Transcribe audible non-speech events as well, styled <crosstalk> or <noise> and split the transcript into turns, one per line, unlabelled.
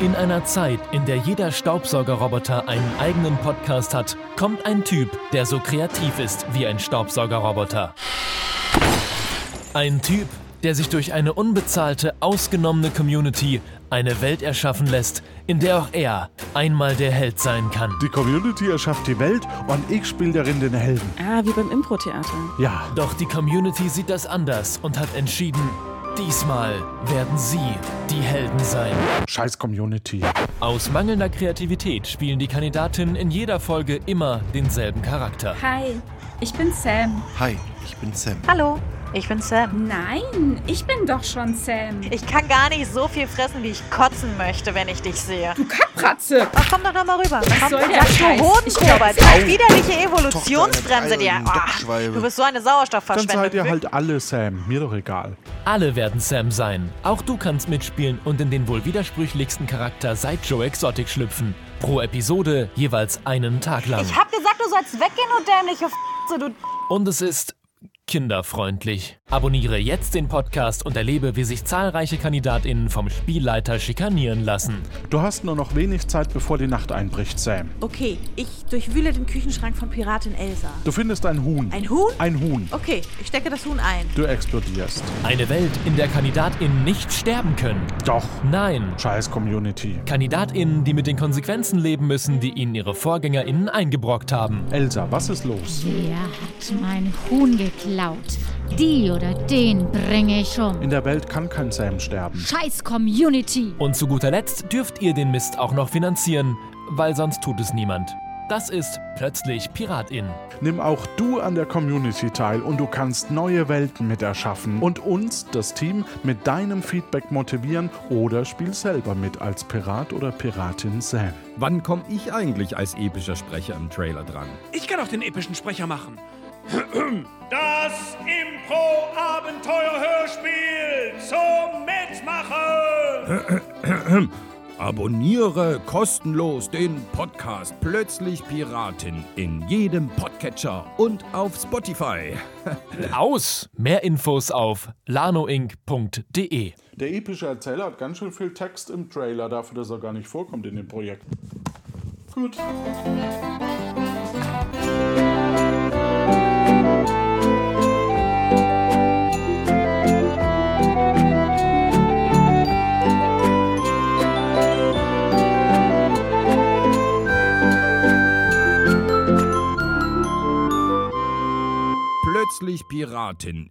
In einer Zeit, in der jeder Staubsaugerroboter einen eigenen Podcast hat, kommt ein Typ, der so kreativ ist wie ein Staubsaugerroboter. Ein Typ, der sich durch eine unbezahlte, ausgenommene Community eine Welt erschaffen lässt, in der auch er einmal der Held sein kann.
Die Community erschafft die Welt und ich spiele darin den Helden.
Ah, wie beim Impro-Theater.
Ja,
Doch die Community sieht das anders und hat entschieden, diesmal werden sie die Helden sein.
scheiß Community.
Aus mangelnder Kreativität spielen die Kandidatinnen in jeder Folge immer denselben Charakter.
Hi, ich bin Sam.
Hi, ich bin Sam.
Hallo, ich bin Sam.
Nein, ich bin doch schon Sam.
Ich kann gar nicht so viel fressen, wie ich kotzen möchte, wenn ich dich sehe.
Du Kackratze!
Ach, komm doch noch mal rüber. Was komm,
soll der
sag,
Scheiß?
du Hodenkobert. Du widerliche Evolutionsbremse,
Tochter
dir.
einer
Ach,
Dockschwalbe.
du bist so eine
Dann seid ihr
Sauerstoffverschwendung.
halt alle Sam, mir doch egal.
Alle werden Sam sein. Auch du kannst mitspielen und in den wohl widersprüchlichsten Charakter seit Joe Exotic schlüpfen. Pro Episode jeweils einen Tag lang.
Ich hab gesagt, du sollst weggehen, du dämliche F***e, du...
Und es ist kinderfreundlich. Abonniere jetzt den Podcast und erlebe, wie sich zahlreiche KandidatInnen vom Spielleiter schikanieren lassen.
Du hast nur noch wenig Zeit, bevor die Nacht einbricht, Sam.
Okay, ich durchwühle den Küchenschrank von Piratin Elsa.
Du findest ein Huhn.
Ein Huhn?
Ein Huhn.
Okay, ich stecke das Huhn ein.
Du explodierst.
Eine Welt, in der KandidatInnen nicht sterben können.
Doch.
Nein.
Scheiß Community.
KandidatInnen, die mit den Konsequenzen leben müssen, die ihnen ihre VorgängerInnen eingebrockt haben.
Elsa, was ist los?
Wer hat mein Huhn geklaut? Die oder den bringe ich um.
In der Welt kann kein Sam sterben.
Scheiß Community!
Und zu guter Letzt dürft ihr den Mist auch noch finanzieren, weil sonst tut es niemand. Das ist plötzlich Piratin.
Nimm auch du an der Community teil und du kannst neue Welten mit erschaffen und uns, das Team, mit deinem Feedback motivieren oder spiel selber mit als Pirat oder Piratin Sam.
Wann komme ich eigentlich als epischer Sprecher im Trailer dran?
Ich kann auch den epischen Sprecher machen. <clears throat> Das Impro-Abenteuer-Hörspiel zum Mitmachen!
<clears throat> Abonniere kostenlos den Podcast Plötzlich Piratin in jedem Podcatcher und auf Spotify.
Aus! Mehr Infos auf lanoinc.de.
Der epische Erzähler hat ganz schön viel Text im Trailer, dafür, dass er gar nicht vorkommt in dem Projekt. Gut.
Plötzlich Piratin